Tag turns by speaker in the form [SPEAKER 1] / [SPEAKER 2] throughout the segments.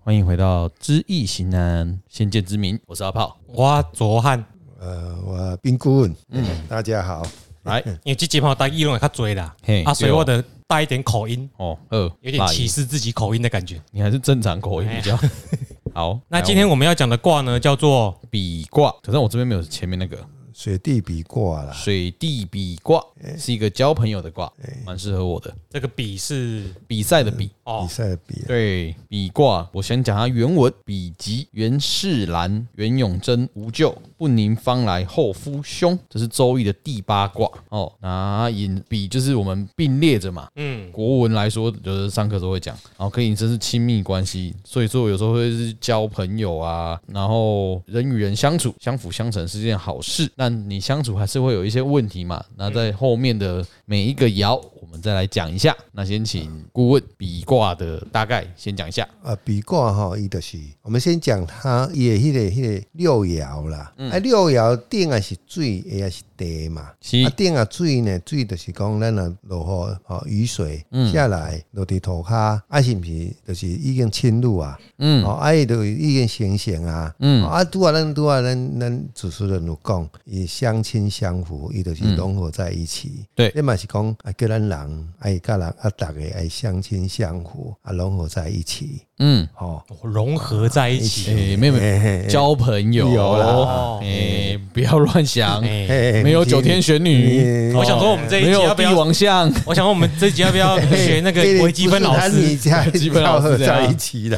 [SPEAKER 1] 欢迎回到《知易行难，先见之明》，我是阿 炮。
[SPEAKER 2] 我左汉，
[SPEAKER 3] 呃，我冰顾问，嗯，大家好，
[SPEAKER 1] 来，
[SPEAKER 2] 因为这集朋友带议论也较追啦
[SPEAKER 1] 嘿，
[SPEAKER 2] 啊，所以
[SPEAKER 1] 对哦
[SPEAKER 2] 我的带一点口音，
[SPEAKER 1] 哦，二
[SPEAKER 2] 有点歧
[SPEAKER 1] 视，
[SPEAKER 2] 视自己口音的感觉。
[SPEAKER 1] 你还是正常口音比较 好。
[SPEAKER 2] 那今天我们要讲的卦呢，叫做
[SPEAKER 1] 来比卦，可是我这边没有前面那个
[SPEAKER 3] 水地比卦啦，
[SPEAKER 1] 水地比卦，
[SPEAKER 2] 哎
[SPEAKER 1] 是一个交朋友的卦，蛮适合我的。
[SPEAKER 2] 这个比是
[SPEAKER 1] 比赛的比，
[SPEAKER 2] 哦
[SPEAKER 3] 比，赛的比啊，
[SPEAKER 1] 对，比卦，我先讲它原文：比吉，袁世兰、袁永贞、吴咎、不宁方来、后夫兄，这是《周易》的第八卦哦。那引比就是我们并列着嘛。
[SPEAKER 2] 嗯，
[SPEAKER 1] 国文来说，就是上课都会讲，然后可以引申是亲密关系，所以说有时候会是交朋友啊，然后人与人相处相辅相成是件好事，但你相处还是会有一些问题嘛。那在后面的每一个爻，我们再来讲一下。那先请顾问比卦的大概先讲一下。
[SPEAKER 3] 啊，比卦哈，伊就是，我们先讲它也迄个迄个六爻啦，啊，六爻顶啊是水，下啊是地嘛，
[SPEAKER 1] 是
[SPEAKER 3] 啊，顶啊水呢，水就是讲咱啊落雨哦，雨水下来落伫涂骹，啊，是毋是就是已经侵入啊，
[SPEAKER 1] 嗯
[SPEAKER 3] 哦，啊，伊就已经形成啊，
[SPEAKER 1] 嗯
[SPEAKER 3] 哦啊，拄啊，咱拄啊，咱咱主持人有讲，伊相亲相扶，伊就是融合在一起。
[SPEAKER 1] 对
[SPEAKER 3] 你嘛是讲啊，叫咱人爱甲人啊，逐个爱相亲相扶啊，融合在一起。
[SPEAKER 1] 嗯，
[SPEAKER 3] 哦，
[SPEAKER 2] 融合在一起，
[SPEAKER 1] 诶、妹妹
[SPEAKER 3] 嘿
[SPEAKER 1] 交朋友
[SPEAKER 3] 有啦
[SPEAKER 1] 哦，诶、不要乱想，
[SPEAKER 2] 哎，
[SPEAKER 3] 嘿
[SPEAKER 1] 没有九天玄女，
[SPEAKER 3] 你
[SPEAKER 2] 我想说我们这一
[SPEAKER 1] 没
[SPEAKER 2] 集
[SPEAKER 1] 有
[SPEAKER 2] 要不
[SPEAKER 1] 帝
[SPEAKER 2] 要？
[SPEAKER 1] 王像，
[SPEAKER 2] 我想说我们这一集要不要学那 个微积分老师？
[SPEAKER 1] 积
[SPEAKER 3] 积
[SPEAKER 1] 分
[SPEAKER 3] 分
[SPEAKER 1] 老
[SPEAKER 3] 老
[SPEAKER 1] 师
[SPEAKER 3] 师
[SPEAKER 1] 这样
[SPEAKER 3] 在一起的。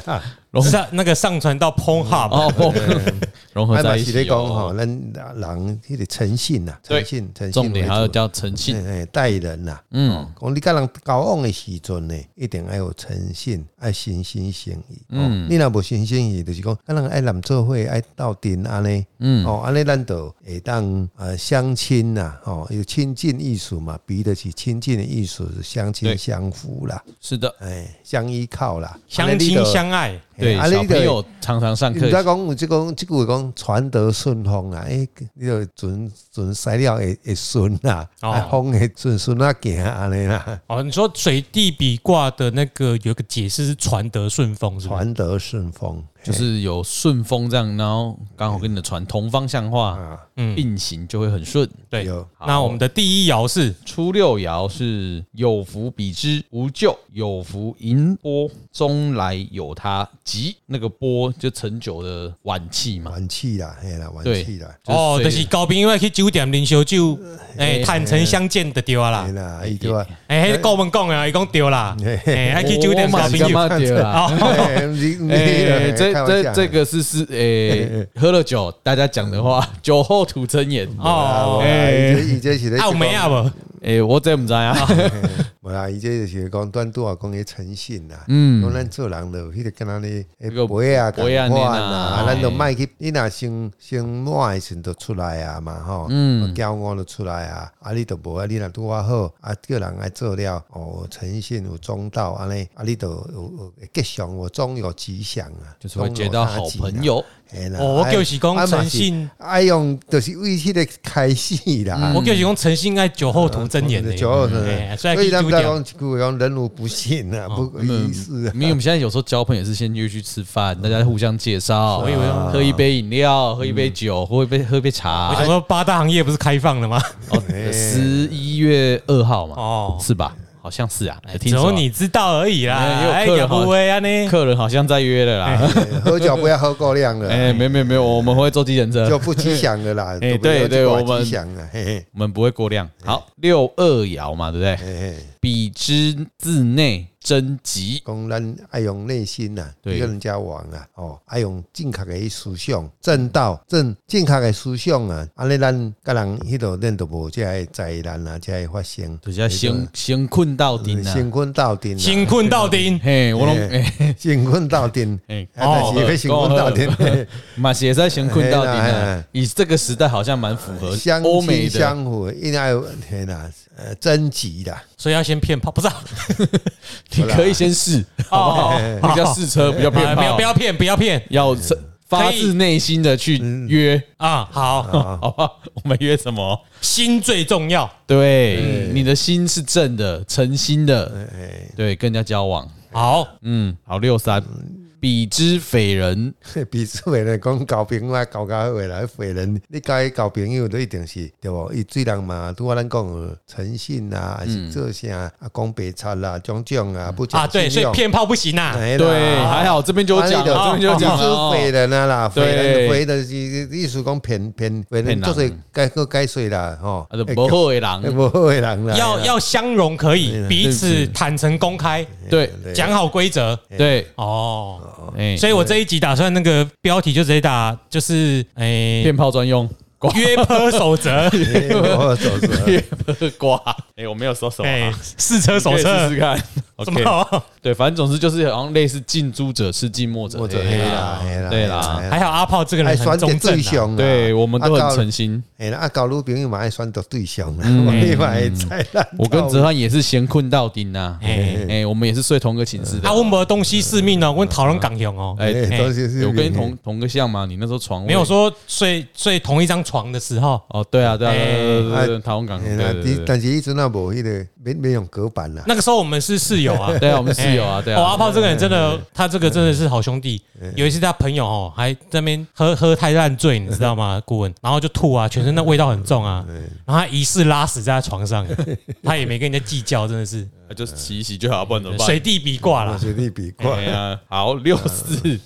[SPEAKER 2] 是啊那个上传到 p o n Hub，
[SPEAKER 1] 哦，融合
[SPEAKER 3] 啊
[SPEAKER 1] 在
[SPEAKER 3] 嘛
[SPEAKER 1] 一
[SPEAKER 3] 是咧
[SPEAKER 1] 起、
[SPEAKER 3] 讲
[SPEAKER 1] 哦。
[SPEAKER 3] 吼，咱人迄个诚信呐，
[SPEAKER 1] 对
[SPEAKER 3] 诚信，诚信
[SPEAKER 1] 重点
[SPEAKER 3] 为
[SPEAKER 1] 还要
[SPEAKER 3] 主哦
[SPEAKER 1] 叫诚信。
[SPEAKER 3] 诶诶待人呐，
[SPEAKER 1] 嗯，
[SPEAKER 3] 讲你甲人交往的时阵呢，一定要有诚信，爱心心诚意。嗯，你若无心心意，就是讲，甲人爱làm 做伙，爱斗阵安尼。嗯，哦，安尼咱就会当呃相亲呐，哦，有亲近艺术嘛，比得起亲近的艺术，相
[SPEAKER 1] 对
[SPEAKER 3] 亲相扶啦，
[SPEAKER 1] 是的，
[SPEAKER 3] 哎，相依靠啦，
[SPEAKER 2] 相亲相爱，
[SPEAKER 1] 对，
[SPEAKER 3] 啊，
[SPEAKER 1] 小
[SPEAKER 3] 你
[SPEAKER 1] 朋
[SPEAKER 3] 就。
[SPEAKER 1] 友常常上
[SPEAKER 3] 你知
[SPEAKER 1] 课，
[SPEAKER 3] 讲有即讲即句话讲传得顺风啊，诶、你就准准驶了会会顺啦，
[SPEAKER 2] 哦
[SPEAKER 3] 啊风会顺顺啊行安尼啦，
[SPEAKER 2] 哦，你说水地比卦的那个有一个解释是传得顺风，是吧？
[SPEAKER 3] 传得顺风
[SPEAKER 1] 就是有顺风这样，然后刚好跟你的船同方向化，
[SPEAKER 3] 啊，
[SPEAKER 2] 嗯，
[SPEAKER 1] 并行就会很顺。
[SPEAKER 2] 对。
[SPEAKER 3] 有
[SPEAKER 2] 那我们的第一爻是
[SPEAKER 1] 初六爻是有福比之，无咎有福迎波，中来有他吉。那个波就陈酒的晚气嘛，
[SPEAKER 3] 晚气啦，嘿啦，晚气啦，
[SPEAKER 1] 就是
[SPEAKER 2] 哦，
[SPEAKER 1] 水
[SPEAKER 2] 就是高朋友去酒店啉烧酒，哎，坦诚相见就对啊啦
[SPEAKER 3] 嘿。啦，伊对吧？
[SPEAKER 2] 哎，那顾问讲的啊，伊讲对啦。哎，还去酒店交
[SPEAKER 1] 干
[SPEAKER 2] 朋友。
[SPEAKER 1] 哦嘛的啦？
[SPEAKER 2] 哦，
[SPEAKER 3] 哎 你你
[SPEAKER 1] 哎，这
[SPEAKER 3] 开玩笑啊
[SPEAKER 1] 这这个是是诶，喝了酒，大家讲的话，酒后吐真言。
[SPEAKER 3] 啊，无
[SPEAKER 2] 哦，
[SPEAKER 3] 啦
[SPEAKER 1] 哎
[SPEAKER 3] 伊这伊这是咧
[SPEAKER 2] 啊，有没啊无？
[SPEAKER 1] 诶，我真唔知啊。
[SPEAKER 3] 无啦，伊这就是讲咱拄啊讲迄诚信啦，嗯，讲咱做人就迄个敢若咧，
[SPEAKER 1] 个
[SPEAKER 3] 迄杯啊、
[SPEAKER 1] 杯啊
[SPEAKER 3] 共款啦，
[SPEAKER 1] 嘿
[SPEAKER 3] 啊咱就莫去，你若先先满诶时阵就出来啊嘛吼，嗯，骄傲就出来啊，啊你就无啊，你若拄啊好，啊叫人来做了，哦，有诚信有中道安尼，啊你就有有有吉祥，有终有吉祥啊，
[SPEAKER 1] 就是会结到好
[SPEAKER 2] 啊
[SPEAKER 1] 朋友。
[SPEAKER 3] 嘿啦。
[SPEAKER 2] 哦我
[SPEAKER 3] 啊
[SPEAKER 2] 就是讲
[SPEAKER 3] 啊嘛
[SPEAKER 2] 诚信
[SPEAKER 3] 爱用就是为迄个开始啦，
[SPEAKER 2] 我就是讲诚信爱酒后吐真言的。
[SPEAKER 3] 啊酒
[SPEAKER 1] 嗯
[SPEAKER 3] 后吐真
[SPEAKER 2] 哎
[SPEAKER 3] 言，
[SPEAKER 2] 所以
[SPEAKER 3] 所
[SPEAKER 2] 还去
[SPEAKER 3] 以他
[SPEAKER 2] 酒
[SPEAKER 3] 们在
[SPEAKER 2] 店。
[SPEAKER 3] 讲一句话讲人无不信啊，
[SPEAKER 1] 哦
[SPEAKER 3] 不意思啊。
[SPEAKER 1] 因为我们现在有时候交朋友是先约去吃饭，大家互相介绍，
[SPEAKER 2] 我以为
[SPEAKER 1] 喝一杯饮料，喝一杯酒，喝一杯喝一杯茶
[SPEAKER 2] 嗯我。想说八大行业不是开放了吗？
[SPEAKER 1] 嗯
[SPEAKER 3] 哎
[SPEAKER 1] 十一月二号嘛，
[SPEAKER 2] 哦
[SPEAKER 1] 啊
[SPEAKER 2] 哎
[SPEAKER 1] 是吧？好像是啊，有听
[SPEAKER 2] 只
[SPEAKER 1] 说
[SPEAKER 2] 有你知道而已啦。
[SPEAKER 1] 哎
[SPEAKER 2] 哎，
[SPEAKER 1] 又有客人
[SPEAKER 2] 也不会啊呢。
[SPEAKER 1] 客人好像在约了啦。
[SPEAKER 3] 喝酒不要喝过量了，
[SPEAKER 1] 哎，没有没有没有，我们会坐计程车，
[SPEAKER 3] 就不吉祥了啦。
[SPEAKER 1] 哎
[SPEAKER 3] 都不要
[SPEAKER 1] 对
[SPEAKER 3] 去
[SPEAKER 1] 对
[SPEAKER 3] 搞
[SPEAKER 1] 我们
[SPEAKER 3] 吉祥啊，嘿嘿
[SPEAKER 1] 我们不会过量。好，六二爻嘛，对不对？
[SPEAKER 3] 嘿嘿，
[SPEAKER 1] 比之自内贞吉，
[SPEAKER 3] 讲咱爱用内心呐，
[SPEAKER 1] 对
[SPEAKER 3] 你跟人家玩啊，哦，爱用正确的思想、正道、正正确的思想啊，安尼咱甲人迄度咱都无这个灾难啊，这个发生，
[SPEAKER 1] 就是要啊先先困到底啊！
[SPEAKER 3] 先困到顶啊，
[SPEAKER 2] 新困到丁，
[SPEAKER 1] 嘿，我拢
[SPEAKER 3] 哎
[SPEAKER 1] 哎
[SPEAKER 3] 先困到顶，
[SPEAKER 1] 哎，哦
[SPEAKER 3] 啊但是也可以先困到顶。嘿
[SPEAKER 1] 马也在先困到底
[SPEAKER 3] 嘿啦嘿
[SPEAKER 1] 啊
[SPEAKER 3] 啦！
[SPEAKER 1] 以这个时代好像蛮符合
[SPEAKER 3] 相
[SPEAKER 1] 欧美
[SPEAKER 3] 亲
[SPEAKER 1] 的，
[SPEAKER 3] 相互，应该有天哪，呃，征集 的，
[SPEAKER 2] 所以要先骗炮，不是啊？
[SPEAKER 1] 你可以先试，好不好？
[SPEAKER 2] 哦
[SPEAKER 1] 那叫试车，
[SPEAKER 3] 哎
[SPEAKER 1] 不要骗
[SPEAKER 2] 啊不要
[SPEAKER 1] 炮，
[SPEAKER 2] 不要骗，不要骗
[SPEAKER 1] 要是发自内心的去约，
[SPEAKER 2] 啊！ 好，
[SPEAKER 1] 好不好？我们约什么？
[SPEAKER 2] 心最重要。
[SPEAKER 1] 对，你的心是正的，诚心的，
[SPEAKER 3] 哎，
[SPEAKER 1] 对，跟人家交往。
[SPEAKER 2] 好，
[SPEAKER 1] 嗯，好，六三彼之匪人，
[SPEAKER 3] 彼此为人讲交朋友啊，交交未来匪人，你甲伊交朋友都一定是对无？伊最人嘛，拄仔咱讲的诚信
[SPEAKER 1] 嗯
[SPEAKER 3] 啊，还是做啥啊，讲白贼啦，种种啊，不讲
[SPEAKER 2] 啊，对，所
[SPEAKER 3] 信
[SPEAKER 2] 以
[SPEAKER 3] 用
[SPEAKER 2] 骗炮不行啊呐、
[SPEAKER 3] 哎啦
[SPEAKER 1] 对，还好这边就有讲了，这边就有讲了
[SPEAKER 3] 是
[SPEAKER 1] 哦
[SPEAKER 3] 匪。人啊啦，匪
[SPEAKER 1] 对
[SPEAKER 3] 人匪人是意思讲骗骗匪
[SPEAKER 1] 骗
[SPEAKER 3] 人，
[SPEAKER 1] 人
[SPEAKER 3] 就是该个该税啦，吼，
[SPEAKER 1] 啊，
[SPEAKER 3] 哎
[SPEAKER 1] 就不好的 人，
[SPEAKER 3] 无好的人啦，
[SPEAKER 2] 要要相容可以，彼此坦诚公开，
[SPEAKER 1] 对
[SPEAKER 3] 对
[SPEAKER 2] 讲好规则
[SPEAKER 3] 哎
[SPEAKER 1] 对，
[SPEAKER 2] 哦。
[SPEAKER 1] 哎，
[SPEAKER 2] 所以我这一集打算那个标题就直接打，就是诶、
[SPEAKER 1] 骗炮专用，挂
[SPEAKER 2] 约炮 守则，
[SPEAKER 3] 我走走。
[SPEAKER 1] 挂，哎，我没有说什么
[SPEAKER 2] 诶、
[SPEAKER 1] 啊，
[SPEAKER 2] 试车
[SPEAKER 1] 你
[SPEAKER 2] 手
[SPEAKER 1] 可以试
[SPEAKER 2] 册，
[SPEAKER 1] 试看。
[SPEAKER 2] 什
[SPEAKER 1] OK，
[SPEAKER 2] 么？
[SPEAKER 1] 对，反正总之就是好像类似近朱者赤，近墨者
[SPEAKER 3] 墨者
[SPEAKER 1] 黑
[SPEAKER 3] 黑
[SPEAKER 1] 啦
[SPEAKER 3] 哎啦，黑啦
[SPEAKER 1] 对
[SPEAKER 3] 黑啦
[SPEAKER 1] 啦，
[SPEAKER 2] 还好阿炮这
[SPEAKER 1] 嗯
[SPEAKER 2] 个
[SPEAKER 3] 爱
[SPEAKER 2] 人
[SPEAKER 3] 选
[SPEAKER 2] 很
[SPEAKER 3] 择
[SPEAKER 2] 中正
[SPEAKER 3] 对
[SPEAKER 2] 啊、
[SPEAKER 3] 象啦，
[SPEAKER 1] 对我们都
[SPEAKER 3] 啊
[SPEAKER 1] 很诚。嗯心。
[SPEAKER 3] 哎，啊，交女朋友嘛爱选择对象啦， 我你嘛会知啦。
[SPEAKER 1] 嗯我跟哲汉也是闲困到顶呐，哎
[SPEAKER 2] 哎
[SPEAKER 1] 哎，我们也是睡同个寝室的
[SPEAKER 2] 啊，。我们东西四命哦，我们讨论港雄哦，
[SPEAKER 1] 哎，
[SPEAKER 3] 哎，都是是
[SPEAKER 1] 有跟你同同个像吗？你那时候床位
[SPEAKER 2] 没有说睡睡同一张床的时候，
[SPEAKER 1] 哦，对啊，对啊，
[SPEAKER 2] 哎
[SPEAKER 1] 对对对对，
[SPEAKER 3] 啊
[SPEAKER 1] 台湾港，对
[SPEAKER 3] 哎啦
[SPEAKER 1] 对
[SPEAKER 3] 你
[SPEAKER 1] 对对，
[SPEAKER 3] 但是一直那无迄个没没用隔板 啦。
[SPEAKER 2] 那个时候我们是室友啊，
[SPEAKER 1] 对啊，我们室友啊，对
[SPEAKER 2] 哦，阿
[SPEAKER 1] 啊，
[SPEAKER 2] 炮这个人真的，他这个真的是好兄弟。有一次他朋友哦，还在那边喝喝太烂醉，你知道吗？顾问，然后就吐啊，全身那味道很重啊，然后他疑似拉屎在他床上，他也没跟人家计较，真的是
[SPEAKER 1] 就洗一洗就好，不然怎么办？
[SPEAKER 2] 水地比挂
[SPEAKER 3] 我
[SPEAKER 2] 啦。
[SPEAKER 3] 随你比
[SPEAKER 1] 哎
[SPEAKER 3] 看，
[SPEAKER 1] 呀，好六四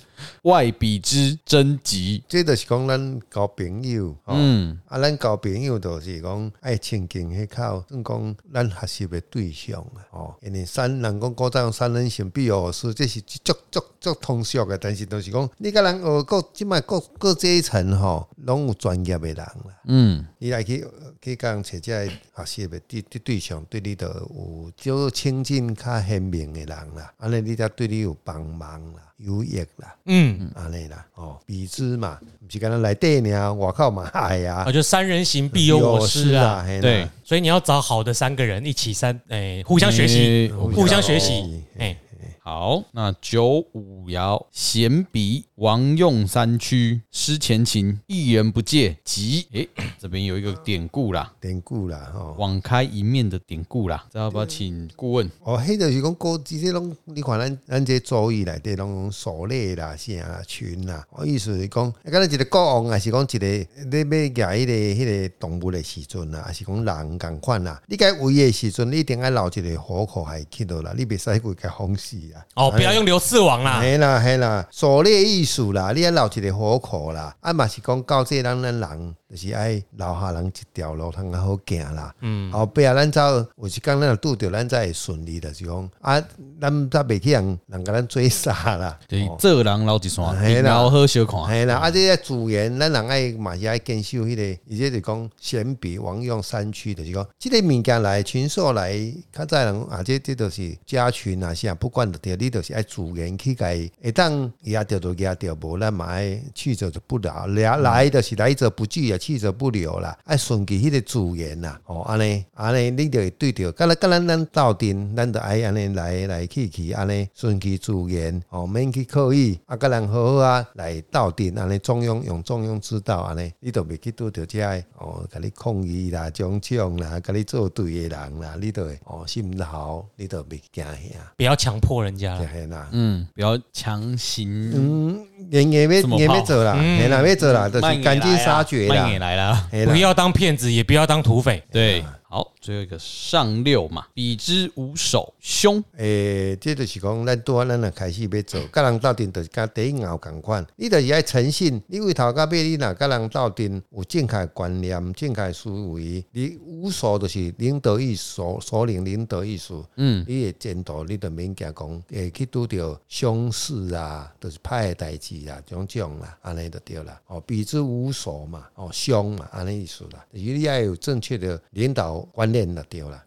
[SPEAKER 1] 外比之征集，
[SPEAKER 3] 这就是讲咱交朋友，嗯，啊，咱交朋友就是讲爱亲近迄口，算讲咱学习的对象啊，哦，因为三人讲古早用三人行必有我师，这是足足足通俗的，但是就是讲你甲人学各即摆各各这一层吼，拢有专业的人啦。
[SPEAKER 1] 嗯，
[SPEAKER 3] 你来去去讲找这个学习的对对对象，对你着有少亲近较鲜明的人啦，安尼你才对你有帮忙啦、有益啦，
[SPEAKER 2] 嗯，
[SPEAKER 3] 安尼啦，哦，彼此嘛，毋是干咱内底尔，外口嘛爱啊
[SPEAKER 2] 啊，，就三人行必有我师啊。，
[SPEAKER 3] 嘿啦
[SPEAKER 1] 对，，
[SPEAKER 2] 所以你要找好的三个人一起三，哎，互相学习，
[SPEAKER 1] 哎
[SPEAKER 3] 啊
[SPEAKER 2] 互相学习，哎，
[SPEAKER 1] 好，那九五爻闲鼻王用山区失前情，一人不借急。诶，这边有一个典故啦，
[SPEAKER 3] 典故啦，吼，
[SPEAKER 1] 网开一面的典故啦，这要不要请顾问？
[SPEAKER 3] 哦，迄就是讲古，即些拢，你看咱咱这周易内底拢有所类啦、啥啦、群啦，我意思是讲，敢若一个国王，还啊是讲一个你要举迄个迄个动物的时阵啦，还是讲人共款啦，你该围的时阵，你一定爱留一个虎口还去到啦，你袂使去甲封死啊。
[SPEAKER 2] 哦，不要用刘四王啦，
[SPEAKER 3] 嘿啦嘿啦，狩猎艺术啦，你爱留一个虎口啦，啊嘛是讲到这咱咱人，就是爱留下人一条路通较好行啦。嗯，后壁咱走，有时讲咱若拄着咱才会顺利，就是讲啊，咱才袂去人人甲咱追杀啦。
[SPEAKER 1] 对
[SPEAKER 3] 哦，
[SPEAKER 1] 这人老几双，
[SPEAKER 3] 嘿啦
[SPEAKER 1] 然后喝小看，
[SPEAKER 3] 系啦，啊，这些主言，咱人爱嘛是爱坚守迄、个，而且就讲先比王用山区，就是讲，即、个物件来群数来，较早人啊，这这都是家群啊，是啊，不管着对，你就是爱主言去甲伊，会当压着就压着，无咱嘛爱去者就不了，来来就是来者不拒啊，去者不留啦，爱顺其迄个主言啦，哦，安尼安尼，你就会对着，甲咱甲咱咱斗阵，咱就爱安尼来来去去安尼顺其自然，哦，免去刻意，啊，甲人好好啊来斗阵安尼中庸用中庸之道安尼，你都袂去拄着遮个哦，甲你抗议啦、种种啦，甲你作对的人啦，你都会哦心头，你都袂惊
[SPEAKER 1] 啊
[SPEAKER 3] 吓，
[SPEAKER 2] 不要强迫人家
[SPEAKER 3] 惊
[SPEAKER 2] 啦。
[SPEAKER 3] 吓啦。
[SPEAKER 1] 嗯，不要强行，
[SPEAKER 3] 嗯，硬硬
[SPEAKER 1] 这
[SPEAKER 3] 要
[SPEAKER 1] 么
[SPEAKER 3] 硬要
[SPEAKER 1] 泡
[SPEAKER 3] 做啦，
[SPEAKER 2] 嗯
[SPEAKER 3] 硬啦要做啦，就是
[SPEAKER 1] 慢也
[SPEAKER 3] 赶尽
[SPEAKER 1] 来啊
[SPEAKER 3] 杀绝啦
[SPEAKER 1] 慢，也来啦。
[SPEAKER 3] 哎嘿啦
[SPEAKER 2] 不要当骗子，也不要当土匪。
[SPEAKER 1] 对，好，最后一个上六嘛，比之无首凶，
[SPEAKER 3] 诶、这就是讲咱拄啊，咱若开始要做，甲人斗阵，就是甲第一硬共款。你就是爱诚信，你为头到尾，你若甲人斗阵有正确的观念、正确的思维，你无所就是领导意识，所领领导意识。嗯，你的前途你就免惊讲，会去拄着凶事啊，就是歹的代志啦，种种啦，安尼就对啦。哦，彼之无所嘛，哦，凶嘛，安尼意思啦。就是你要有正确的领导观念就对啦。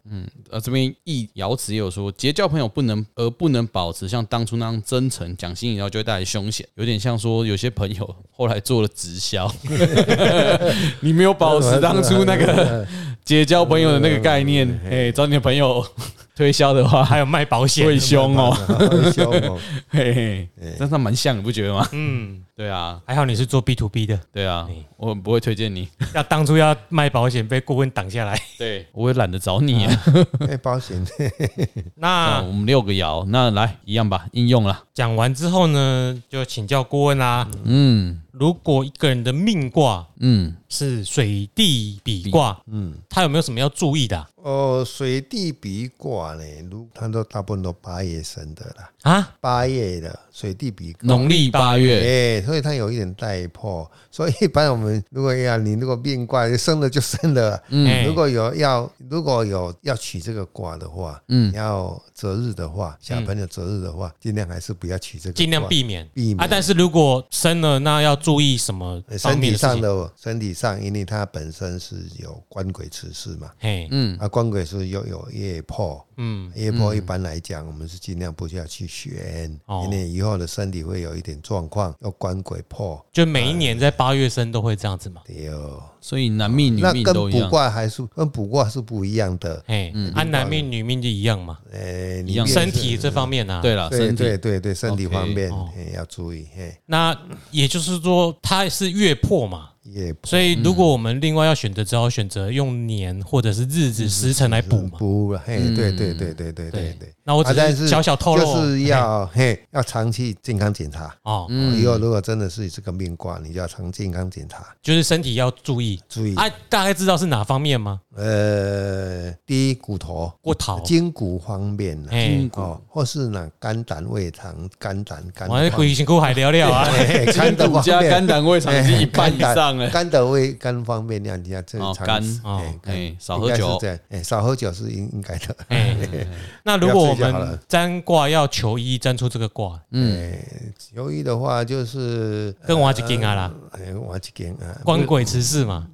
[SPEAKER 1] 呃，这边易爻辞也有说，结交朋友不能而不能保持像当初那样真诚，讲心里话就会带来凶险，有点像说有些朋友后来做了直销，你没有保持当初那个结交朋友的那个概念，哎，找你的朋友 推销的话，
[SPEAKER 2] 还有卖保险，
[SPEAKER 1] 会凶哦，
[SPEAKER 3] 好凶哦，
[SPEAKER 1] 嘿嘿，这上蛮像，你不觉得吗？
[SPEAKER 2] 嗯，
[SPEAKER 1] 对啊，
[SPEAKER 2] 还好你是做 B to B 的，
[SPEAKER 1] 对啊
[SPEAKER 2] 嗯，
[SPEAKER 1] 我很不会推荐你，
[SPEAKER 2] 要当初要卖保险被顾问挡下来。
[SPEAKER 1] 对我也懒得找你啊。
[SPEAKER 3] 哎，保险，
[SPEAKER 1] 那
[SPEAKER 2] 那
[SPEAKER 1] 我们六个爻，那来一样吧，应用啦。
[SPEAKER 2] 讲完之后呢，就请教顾问啦。
[SPEAKER 1] 嗯
[SPEAKER 2] 如果一个人的命卦
[SPEAKER 1] 嗯，
[SPEAKER 2] 是水地比卦，
[SPEAKER 3] 嗯，
[SPEAKER 2] 他有没有什么要注意的啊
[SPEAKER 3] 哦，水地比卦呢，如他都大部分都八月生的啦，
[SPEAKER 2] 啊？
[SPEAKER 3] 八月的水地比卦。
[SPEAKER 1] 农历八月，
[SPEAKER 3] 哎、所以它有一点带破，所以一般我们如果要你如果命卦生了就生了，
[SPEAKER 1] 嗯
[SPEAKER 2] 哎
[SPEAKER 3] 如果有要如果有要取这个卦的话，
[SPEAKER 1] 嗯
[SPEAKER 3] 嗯，要择日的话，小朋友择日的话，尽量还是不要取这个卦，
[SPEAKER 2] 嗯尽量避免
[SPEAKER 3] 避免
[SPEAKER 2] 啊。但是如果生了，那要注意什么
[SPEAKER 3] 呃
[SPEAKER 2] 方
[SPEAKER 3] 身
[SPEAKER 2] 面的
[SPEAKER 3] 体
[SPEAKER 2] 事
[SPEAKER 3] 上
[SPEAKER 2] 情？
[SPEAKER 3] 的身体上，因为它本身是有官鬼持世嘛，
[SPEAKER 2] 嘿，
[SPEAKER 1] 嗯
[SPEAKER 3] 啊，官鬼是又有业破，
[SPEAKER 2] 嗯，
[SPEAKER 3] 业破一般来讲，我们是尽量不需要去选，
[SPEAKER 2] 哦
[SPEAKER 3] 因为以后的身体会有一点状况，要官鬼破。
[SPEAKER 2] 就每一年在八月生都会这样子
[SPEAKER 1] 哎
[SPEAKER 2] 嘛。
[SPEAKER 3] 对哦，
[SPEAKER 1] 所以男命女
[SPEAKER 3] 那
[SPEAKER 1] 命
[SPEAKER 3] 跟
[SPEAKER 1] 都一
[SPEAKER 3] 卜
[SPEAKER 1] 样。
[SPEAKER 3] 卦还是跟卜卦是不一样的。
[SPEAKER 2] 嘿，
[SPEAKER 1] 嗯
[SPEAKER 2] 啊，男命女命就一样嘛，
[SPEAKER 3] 呃，
[SPEAKER 1] 一
[SPEAKER 3] 你
[SPEAKER 1] 样
[SPEAKER 3] 变
[SPEAKER 2] 身体这方面啊。
[SPEAKER 1] 嗯对啦，
[SPEAKER 3] 对
[SPEAKER 1] 身体
[SPEAKER 3] 对对对，身体
[SPEAKER 1] OK，
[SPEAKER 3] 方面
[SPEAKER 2] 哦
[SPEAKER 3] 嘿要注意。嘿，
[SPEAKER 2] 那也就是说，它是月破嘛，
[SPEAKER 3] 也不
[SPEAKER 2] 所以如果我们另外要选择，只好选择用年或者是日
[SPEAKER 3] 嗯
[SPEAKER 2] 子时辰来补嘛。嗯
[SPEAKER 3] 补了。嘿，对对对对对对对。
[SPEAKER 2] 那我
[SPEAKER 3] 啊
[SPEAKER 2] 只
[SPEAKER 3] 但
[SPEAKER 2] 是小小透露，
[SPEAKER 3] 就是要嘿要长期健康检查。
[SPEAKER 2] 哦，
[SPEAKER 3] 以后如果真的是这个命卦，你就要常健康检查，
[SPEAKER 2] 就是身体要注意
[SPEAKER 3] 注意。
[SPEAKER 2] 啊，大概知道是哪方面吗？
[SPEAKER 3] 呃，第一骨头、
[SPEAKER 2] 过头，
[SPEAKER 3] 筋骨方面呢、
[SPEAKER 2] 哎，
[SPEAKER 3] 哦，或是呢肝胆胃肠、肝胆肝
[SPEAKER 2] 我还
[SPEAKER 3] 胆。
[SPEAKER 2] 鬼辛苦还聊聊啊，
[SPEAKER 3] 嘿
[SPEAKER 1] 今天
[SPEAKER 3] 肝的
[SPEAKER 1] 五
[SPEAKER 3] 方
[SPEAKER 1] 家肝
[SPEAKER 3] 面，
[SPEAKER 1] 胆胃肠已经一半以上了。
[SPEAKER 3] 哎肝的胃肝方面，你看，你看这
[SPEAKER 1] 哦
[SPEAKER 3] 常
[SPEAKER 1] 肝
[SPEAKER 3] 识
[SPEAKER 2] 哦
[SPEAKER 3] 哎肝
[SPEAKER 1] 哎，少
[SPEAKER 3] 应
[SPEAKER 1] 喝
[SPEAKER 3] 该是
[SPEAKER 1] 酒
[SPEAKER 3] 这，样，哎，少喝酒是应应该的。
[SPEAKER 2] 哎，那如果我们占卦要求医占出这个卦，
[SPEAKER 3] 嗯，由于的话就是
[SPEAKER 2] 跟我一斤啊啦，
[SPEAKER 3] 哎，我去跟啊，
[SPEAKER 2] 官鬼持世嘛，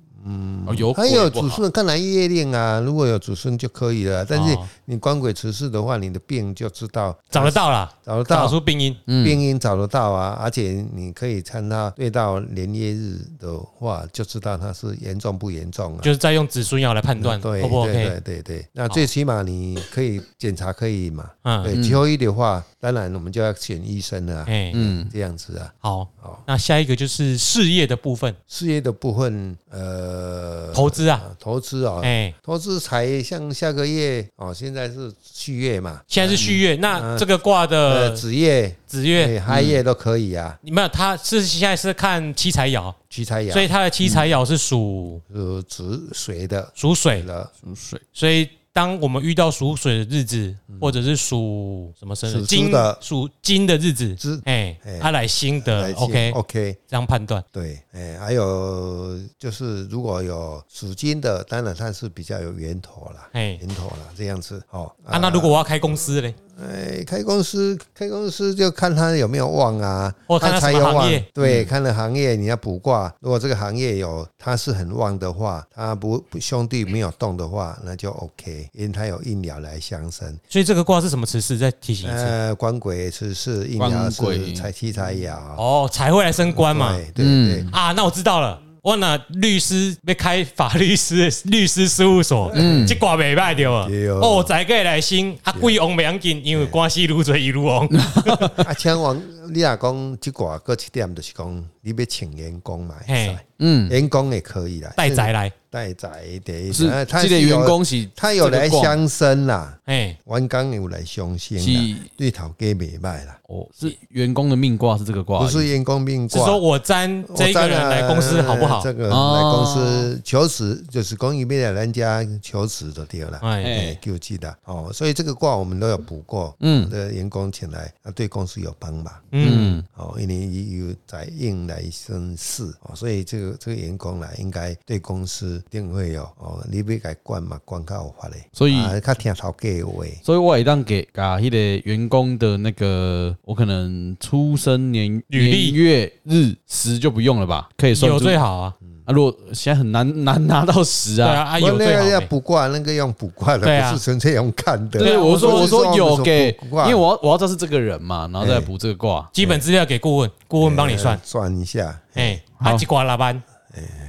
[SPEAKER 1] 哦有
[SPEAKER 3] 还有
[SPEAKER 1] 鬼不
[SPEAKER 3] 子
[SPEAKER 1] 好。
[SPEAKER 3] 孙，看来业令啊，如果有子孙就可以了。但是
[SPEAKER 2] 哦
[SPEAKER 3] 你官鬼持世的话，你的病就知道
[SPEAKER 2] 找得到啦，
[SPEAKER 3] 找得
[SPEAKER 2] 找
[SPEAKER 3] 到嗯
[SPEAKER 2] 出病因，
[SPEAKER 3] 病因找得到啊，而且你可以看他对到连夜日的话，就知道他是严重不严重啊。
[SPEAKER 2] 就是再用子孙爻来判断
[SPEAKER 3] 嗯对
[SPEAKER 2] O 不
[SPEAKER 3] 对
[SPEAKER 2] OK？
[SPEAKER 3] 对对对，那最起码你可以检查可以嘛？
[SPEAKER 2] 嗯，
[SPEAKER 3] 对，求医的话，当然我们就要选医生了啊，
[SPEAKER 2] 哎，
[SPEAKER 1] 嗯，
[SPEAKER 3] 这样子啊。
[SPEAKER 2] 好
[SPEAKER 3] 好，
[SPEAKER 2] 那下一个就是事业的部分，
[SPEAKER 3] 事业的部分，呃，
[SPEAKER 2] 投资啊，
[SPEAKER 3] 啊投资啊，
[SPEAKER 2] 哎。
[SPEAKER 3] 投资才像下个月哦，现在是续月嘛，
[SPEAKER 2] 现在是续月，那这个卦
[SPEAKER 3] 呃，
[SPEAKER 2] 的
[SPEAKER 3] 子月、
[SPEAKER 2] 子月，
[SPEAKER 3] 哎亥月都可以啊，
[SPEAKER 2] 没有，它是现在是看七财爻，
[SPEAKER 3] 七财
[SPEAKER 2] 所
[SPEAKER 3] 爻
[SPEAKER 2] 以它的七财爻是属
[SPEAKER 3] 是子水嗯的，
[SPEAKER 2] 属水，
[SPEAKER 3] 了，
[SPEAKER 1] 属水，
[SPEAKER 2] 所以当我们遇到属水的日子，或者是属什么生日
[SPEAKER 3] 嗯属猪
[SPEAKER 2] 金
[SPEAKER 3] 的
[SPEAKER 2] 属金的日子
[SPEAKER 3] 猪，
[SPEAKER 2] 哎
[SPEAKER 3] 哎，
[SPEAKER 2] 它来新的，OK，呃
[SPEAKER 3] OK。
[SPEAKER 2] 这样判断，
[SPEAKER 3] 对，哎，还有就是，如果有属金的，当然它是比较有源头啦，
[SPEAKER 2] 哎
[SPEAKER 3] 源头啦，这样子哦。
[SPEAKER 2] 啊，那如果我要开公司嘞，
[SPEAKER 3] 哎开公司，开公司就看它有没有旺啊，
[SPEAKER 2] 或哦看它
[SPEAKER 3] 它
[SPEAKER 2] 什么
[SPEAKER 3] 才有
[SPEAKER 2] 行
[SPEAKER 3] 旺
[SPEAKER 2] 业。嗯
[SPEAKER 3] 对，看了行业，你要卜卦。如果这个行业有它是很旺的话，它不不兄弟没有动的话，那就 OK，因为它有应爻来相生。
[SPEAKER 2] 所以这个卦是什么词势？再提醒一次，
[SPEAKER 3] 呃，官鬼是是应
[SPEAKER 1] 官
[SPEAKER 3] 爻
[SPEAKER 1] 鬼
[SPEAKER 3] 是财七财爻。
[SPEAKER 2] 哦，才会来升官嘛，
[SPEAKER 3] 对对对，
[SPEAKER 2] 啊，那我知道了。我那律师要开法律师 律师事务所，这挂袂歹对吧
[SPEAKER 3] 嗯对？哦
[SPEAKER 2] 哦，才过来新啊，贵王袂要紧，因为关系愈多愈旺。
[SPEAKER 3] 啊，请王，你若讲即个，搁一点就是讲，你要请员工嘛，
[SPEAKER 2] 嘿，
[SPEAKER 1] 嗯，
[SPEAKER 3] 员工也可以啦，
[SPEAKER 2] 带宅来，
[SPEAKER 3] 带仔的，
[SPEAKER 1] 是
[SPEAKER 3] 啊
[SPEAKER 1] 这个
[SPEAKER 3] 有
[SPEAKER 1] 员工是
[SPEAKER 3] 他有来
[SPEAKER 1] 这个卦
[SPEAKER 3] 相生啦，
[SPEAKER 2] 嘿，
[SPEAKER 3] 员工有来相生
[SPEAKER 1] 是
[SPEAKER 3] 啦，对头家袂歹啦，
[SPEAKER 1] 哦，是员工的命卦是这个卦，
[SPEAKER 3] 不是员工命
[SPEAKER 2] 是
[SPEAKER 3] 卦。
[SPEAKER 2] 说我沾
[SPEAKER 3] 我
[SPEAKER 2] 这一个
[SPEAKER 3] 当
[SPEAKER 2] 人
[SPEAKER 3] 然
[SPEAKER 2] 来公司好不好
[SPEAKER 3] 这？个人来
[SPEAKER 1] 哦
[SPEAKER 3] 公司求职，就是公益面的人家求职的对了。
[SPEAKER 2] 哎，
[SPEAKER 1] 哎
[SPEAKER 3] 哎，就记得哦，所以这个卦我们都有补过，
[SPEAKER 1] 嗯
[SPEAKER 3] 嗯，的员工请来，啊，对公司有帮忙，
[SPEAKER 2] 嗯，
[SPEAKER 3] 哦，因为伊有在应来生事哦，所以这个这个员工啦，应该对公司一定会有哦，你要该管嘛，管较有法嘞，
[SPEAKER 1] 所以
[SPEAKER 3] 啊，较听头家的话，
[SPEAKER 1] 所以我也让给把迄个员工的那个，我可能出生年
[SPEAKER 2] 履历
[SPEAKER 1] 年月日时就不用了吧，可以算
[SPEAKER 2] 有
[SPEAKER 1] 出
[SPEAKER 2] 最好啊，
[SPEAKER 1] 啊。如果现在很难难拿到十
[SPEAKER 2] 对
[SPEAKER 1] 啊，
[SPEAKER 2] 啊，啊
[SPEAKER 3] 我
[SPEAKER 2] 有
[SPEAKER 3] 那
[SPEAKER 2] 最好
[SPEAKER 3] 个要
[SPEAKER 2] 没。
[SPEAKER 3] 卜卦，那个用卜卦
[SPEAKER 2] 对
[SPEAKER 3] 的，
[SPEAKER 2] 啊
[SPEAKER 3] 不是纯粹用看的。
[SPEAKER 1] 对，我说我说有给，
[SPEAKER 3] 卜卦
[SPEAKER 1] 因为我要我要知道是这个人嘛，然后
[SPEAKER 2] 哎
[SPEAKER 1] 再补这个 卦。
[SPEAKER 2] 基本资料给顾问，顾问帮你算
[SPEAKER 3] 呃。算一下，
[SPEAKER 2] 哎，
[SPEAKER 1] 好
[SPEAKER 2] 啊，一挂拉班，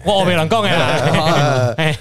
[SPEAKER 2] 我后面人讲的啦。哎，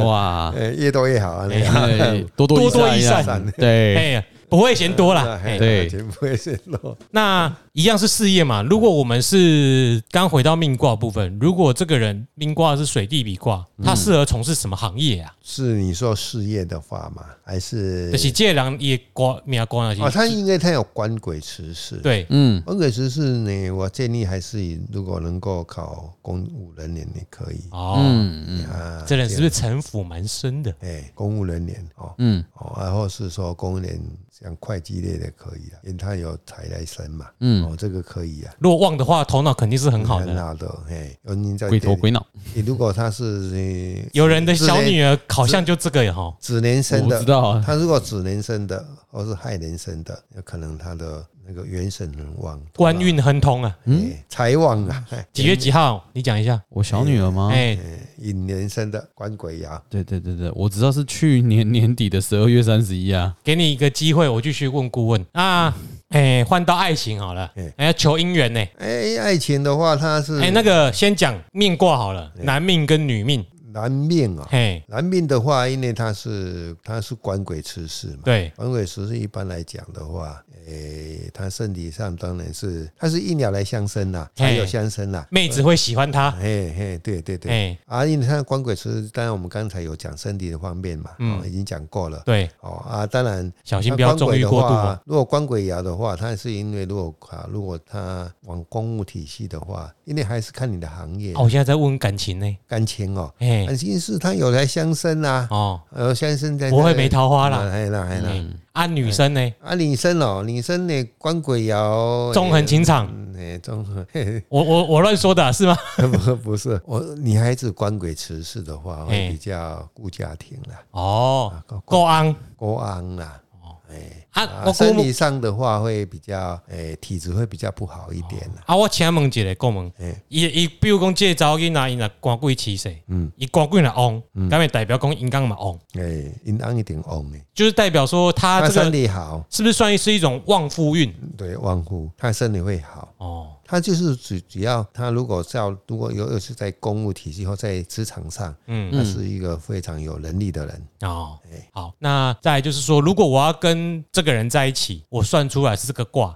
[SPEAKER 1] 哇，
[SPEAKER 3] 呃，越多越好啊。
[SPEAKER 2] 哎
[SPEAKER 1] 哎多多
[SPEAKER 2] 多多益
[SPEAKER 1] 益
[SPEAKER 2] 善
[SPEAKER 1] 善，对，
[SPEAKER 2] 哎呀，不会嫌多啦。哎
[SPEAKER 1] 对
[SPEAKER 3] 全部会陷落。
[SPEAKER 2] 那一样是事业嘛。如果我们是刚回到命卦部分，如果这个人命卦是水地比卦，他适合从事什么行业啊？
[SPEAKER 3] 是你说事业的话嘛，还是
[SPEAKER 2] 就是这个人也卦命卦
[SPEAKER 3] 啊？
[SPEAKER 2] 那些，
[SPEAKER 3] 他因为他有官鬼辞世，，
[SPEAKER 2] 对，
[SPEAKER 1] 嗯
[SPEAKER 3] 官鬼辞世呢，我建议还是以如果能够考公务人员也可以
[SPEAKER 2] 哦，
[SPEAKER 1] 嗯嗯
[SPEAKER 3] 啊。
[SPEAKER 2] 这人是不是城府蛮深的？
[SPEAKER 3] 哎，公务人员哦
[SPEAKER 1] 嗯
[SPEAKER 3] 哦，然后是说公务人像会计类的可以了，啊因为他有财来生嘛，
[SPEAKER 1] 嗯，
[SPEAKER 3] 哦，这个可以啊，
[SPEAKER 2] 如果旺的话，头脑肯定是很好
[SPEAKER 3] 很
[SPEAKER 2] 的。
[SPEAKER 3] 好的，嘿，有您在
[SPEAKER 1] 鬼头鬼脑，
[SPEAKER 3] 你如果他是呃
[SPEAKER 2] 有人的小女儿好像就这个也哈，
[SPEAKER 3] 子年
[SPEAKER 1] 我
[SPEAKER 3] 生
[SPEAKER 1] 不
[SPEAKER 3] 的
[SPEAKER 1] 知，道啊，
[SPEAKER 3] 他如果子年生的，或是亥年生的，有可能他的那个元神很旺，
[SPEAKER 2] 官运亨通啊。
[SPEAKER 3] 嗯，财旺啊，
[SPEAKER 2] 几月几号？你讲一下。
[SPEAKER 1] 我小女儿吗？
[SPEAKER 2] 哎，
[SPEAKER 3] 寅年生的官鬼爻，
[SPEAKER 1] 对对对对，我知道是去年 年底的十二月三十一啊，
[SPEAKER 2] 给你一个机会，我继续问顾问啊。哎，换到爱情好了
[SPEAKER 3] 哎，
[SPEAKER 2] 哎，要求姻缘呢。
[SPEAKER 3] 哎，爱情的话，他是
[SPEAKER 2] 哎，那个先讲命卦好了，男命跟女命。
[SPEAKER 3] 男命啊，
[SPEAKER 2] 嘿，
[SPEAKER 3] 男命的话，因为他是他是官鬼吃世嘛。
[SPEAKER 2] 对，
[SPEAKER 3] 官鬼食是一般来讲的话，诶、他身体上当然是，他是一鸟来相生啦，
[SPEAKER 2] 嘿
[SPEAKER 3] 才有相 生啦。
[SPEAKER 2] 妹子会喜欢他。
[SPEAKER 3] 嘿嘿，对对对，
[SPEAKER 2] 哎，
[SPEAKER 3] 啊，因为他的官鬼吃，当然我们刚才有讲身体的方面嘛，
[SPEAKER 2] 嗯
[SPEAKER 3] 哦，已经讲过了。
[SPEAKER 2] 对，
[SPEAKER 3] 哦啊，当然，
[SPEAKER 2] 小心不要纵欲过度
[SPEAKER 3] 那官鬼啊的
[SPEAKER 2] 哦。
[SPEAKER 3] 话如果官鬼爻的话，它是因为如果啊，如果它往公务体系的话，因为还是看你的行业、
[SPEAKER 2] 哦，我现在在问感情呢。
[SPEAKER 3] 感情哦，
[SPEAKER 2] 哎，
[SPEAKER 3] 感情是它有来相生啊，
[SPEAKER 2] 哦，
[SPEAKER 3] 呃，相生在
[SPEAKER 2] 不会没桃花啦。
[SPEAKER 3] 哎啦哎啦。
[SPEAKER 2] 哎啊，女生呢？
[SPEAKER 3] 啊，女生哦，女生呢，官鬼爻
[SPEAKER 2] 纵 横情场，
[SPEAKER 3] 哎嗯哎，综合嘿
[SPEAKER 2] 我我我乱说的啊是吗？
[SPEAKER 3] 嘿不不是我女孩子官鬼持世的话，
[SPEAKER 2] 哎
[SPEAKER 3] 会比较顾家庭啦，
[SPEAKER 2] 哦，
[SPEAKER 3] 啊，
[SPEAKER 2] 够安
[SPEAKER 3] 国安啦，
[SPEAKER 2] 啊，
[SPEAKER 3] 啊，
[SPEAKER 2] 我
[SPEAKER 3] 生
[SPEAKER 2] 估
[SPEAKER 3] 理上的话会比较，诶，体质会比较不好一点啦。
[SPEAKER 2] 啊，我请问一下，顾问
[SPEAKER 3] 嘿，
[SPEAKER 2] 伊伊比如讲，这个查某囡仔伊若官贵起势，嗯，伊官贵若旺，
[SPEAKER 3] 嗯
[SPEAKER 2] 咁咪代表讲因刚嘛旺，
[SPEAKER 3] 诶，阴哎暗一点旺诶，
[SPEAKER 2] 就是代表说他
[SPEAKER 3] 他
[SPEAKER 2] 哦啊这
[SPEAKER 3] 身
[SPEAKER 2] 个
[SPEAKER 3] 体好，
[SPEAKER 2] 是不是算是一种旺夫运？
[SPEAKER 3] 对，旺夫，他身体会好。
[SPEAKER 2] 哦，
[SPEAKER 3] 他就是只只要他如果在如果有又是在公务体系或在职场上，
[SPEAKER 2] 嗯，
[SPEAKER 3] 他是一个非常有能力的人。
[SPEAKER 2] 哦，好，那再来就是说，如果我要跟这个人在一起，我算出来是这个卦，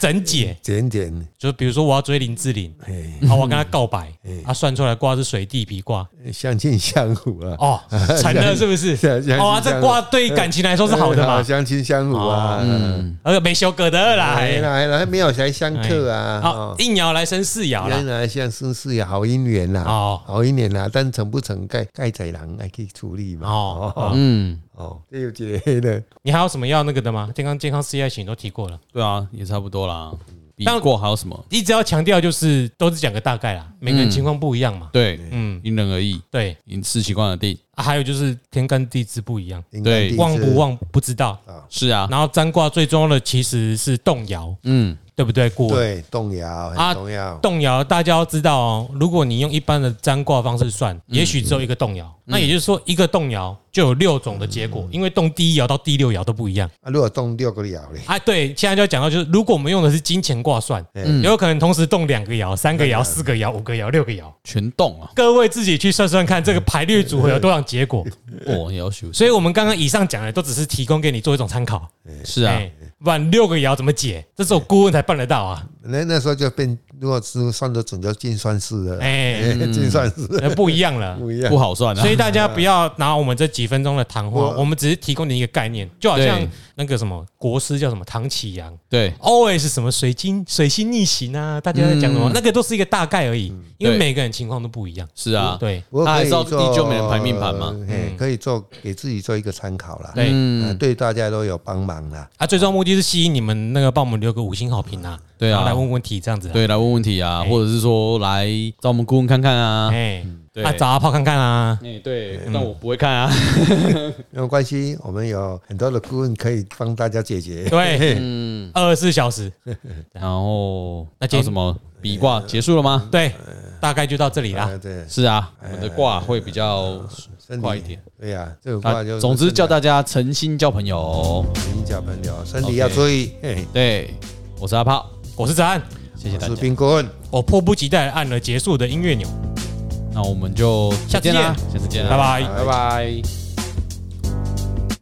[SPEAKER 2] 整解，
[SPEAKER 3] 点点，
[SPEAKER 2] 就比如说我要追林志玲，
[SPEAKER 3] 嘿，
[SPEAKER 2] 好，我跟他告白，他算出来卦是水地皮卦，
[SPEAKER 3] 相敬相互啊，
[SPEAKER 2] 哦，成了是不是？
[SPEAKER 3] 相相
[SPEAKER 2] 哦，啊
[SPEAKER 3] 亲
[SPEAKER 2] 这
[SPEAKER 3] 相
[SPEAKER 2] 卦对感情来说是好的嘛， 哦
[SPEAKER 3] 相亲相互啊，嗯，
[SPEAKER 2] 而且没修改的啦。
[SPEAKER 3] 来
[SPEAKER 2] 哎
[SPEAKER 3] 来来，没有来相克啊，
[SPEAKER 2] 好
[SPEAKER 3] 哦，
[SPEAKER 2] 一爻来生四爻
[SPEAKER 3] 原
[SPEAKER 2] 啦。
[SPEAKER 3] 来像绅士有好姻缘啦，
[SPEAKER 2] 哦
[SPEAKER 3] 好姻缘啦，但成不成盖盖仔郎还可以处理嘛。
[SPEAKER 2] 哦
[SPEAKER 3] 哦
[SPEAKER 1] 嗯，
[SPEAKER 3] 哦，这有几黑的，
[SPEAKER 2] 你还有什么要那个的吗？健康健康事业型都提过了，
[SPEAKER 1] 对啊，也差不多啦。比
[SPEAKER 2] 但
[SPEAKER 1] 过还有什么？
[SPEAKER 2] 一直要强调就是都是讲个大概啦，每个人情况不一样嘛。
[SPEAKER 1] 对，
[SPEAKER 2] 嗯，
[SPEAKER 1] 因人而异，
[SPEAKER 2] 对。
[SPEAKER 1] 因吃习惯而定。
[SPEAKER 2] 啊还有就是天干地支不一样，
[SPEAKER 3] 应该
[SPEAKER 1] 对
[SPEAKER 3] 第一次
[SPEAKER 2] 旺不？旺不知道。
[SPEAKER 1] 是啊，
[SPEAKER 2] 然后占卦最重要的其实是动摇，
[SPEAKER 1] 嗯，
[SPEAKER 2] 对不对？顾问
[SPEAKER 3] 对，动摇
[SPEAKER 2] 啊
[SPEAKER 3] 很重要。
[SPEAKER 2] 动摇大家要知道哦，如果你用一般的占卦方式算，也许只有一个动摇。那也就是说，一个动摇就有六种的结果，因为动第一爻到第六爻都不一样。
[SPEAKER 3] 啊，如果动六个爻嘞，
[SPEAKER 2] 啊，对，现在就要讲到，就是如果我们用的是金钱卦算，
[SPEAKER 3] 嗯
[SPEAKER 2] 有可能同时动两个爻、三个爻、四个爻、五个爻、六个爻。
[SPEAKER 1] 全动啊，
[SPEAKER 2] 各位自己去算算看，这个排列组合有多少结果。
[SPEAKER 1] 哦，也要休息。
[SPEAKER 2] 所以，我们刚刚以上讲的都只是提供给你做一种参考。
[SPEAKER 1] 是啊，
[SPEAKER 2] 哎不然六个爻怎么解？这只有顾问才办得到啊！
[SPEAKER 3] 那那时候就变，如果是算得准，就进算式了，
[SPEAKER 2] 哎，
[SPEAKER 3] 进算式
[SPEAKER 2] 那不一样 了。
[SPEAKER 3] 不一样
[SPEAKER 1] 不。好算啊
[SPEAKER 2] 所。以大家不要拿我们这几分钟的谈话，
[SPEAKER 3] 我
[SPEAKER 2] 我们只是提供你一个概念，就好像
[SPEAKER 1] 对
[SPEAKER 2] 那个什么国师叫什么唐启阳，
[SPEAKER 1] 对，
[SPEAKER 2] always 什么水晶水星逆行啊，大家在讲什么，那个都是一个大概而已，因
[SPEAKER 1] 嗯
[SPEAKER 2] 为
[SPEAKER 1] 对
[SPEAKER 2] 每个人情况都不一样。
[SPEAKER 1] 是啊，
[SPEAKER 2] 对
[SPEAKER 3] 不过
[SPEAKER 1] 他还
[SPEAKER 3] 可以
[SPEAKER 1] 是要
[SPEAKER 3] 做
[SPEAKER 1] 依旧每人排命盘嘛
[SPEAKER 3] 嘿
[SPEAKER 2] 嗯
[SPEAKER 3] 可以做给自己做一个参考啦，
[SPEAKER 2] 对、
[SPEAKER 3] 啊
[SPEAKER 1] 嗯，
[SPEAKER 3] 对大家都有帮忙啦。
[SPEAKER 2] 啊，最终目的是吸引你们那个帮我们留个五星好评啊，
[SPEAKER 1] 对
[SPEAKER 2] 然后来
[SPEAKER 1] 啊，
[SPEAKER 2] 问问题这样子、啊。，
[SPEAKER 1] 对，来问问题啊，
[SPEAKER 2] 哎
[SPEAKER 1] 或者是说来找我们顾问看看啊。
[SPEAKER 2] 哎、
[SPEAKER 1] 对
[SPEAKER 2] 啊，找阿炮看看啊。
[SPEAKER 1] 哎，对，但我不会看啊。
[SPEAKER 3] 没有关系，我们有很多的顾问可以帮大家解决。
[SPEAKER 2] 对，
[SPEAKER 1] 嗯
[SPEAKER 2] 二十四小时，
[SPEAKER 1] 然后那
[SPEAKER 2] 那今
[SPEAKER 1] 叫
[SPEAKER 2] 天
[SPEAKER 1] 什么？比卦结束了吗？
[SPEAKER 2] 对，大概就到这里啦
[SPEAKER 3] 啊，。对，
[SPEAKER 1] 是啊，我们的卦会比较
[SPEAKER 3] 身体
[SPEAKER 1] 快一点。
[SPEAKER 3] 对呀，这种
[SPEAKER 1] 啊
[SPEAKER 3] 话就，是
[SPEAKER 1] 总之叫大家诚心交朋友。
[SPEAKER 3] 您交朋友，身体要注意。嘿，
[SPEAKER 1] 对，我是阿炮，
[SPEAKER 2] 我是子安，
[SPEAKER 1] 谢谢大
[SPEAKER 3] 我是
[SPEAKER 1] 家。
[SPEAKER 3] 冰棍。
[SPEAKER 2] 我迫不及待地按了结束的音乐钮。
[SPEAKER 1] 那我们就
[SPEAKER 2] 下次
[SPEAKER 1] 啦
[SPEAKER 2] 见
[SPEAKER 1] 下次见啦，啊
[SPEAKER 2] 拜拜
[SPEAKER 1] 拜拜。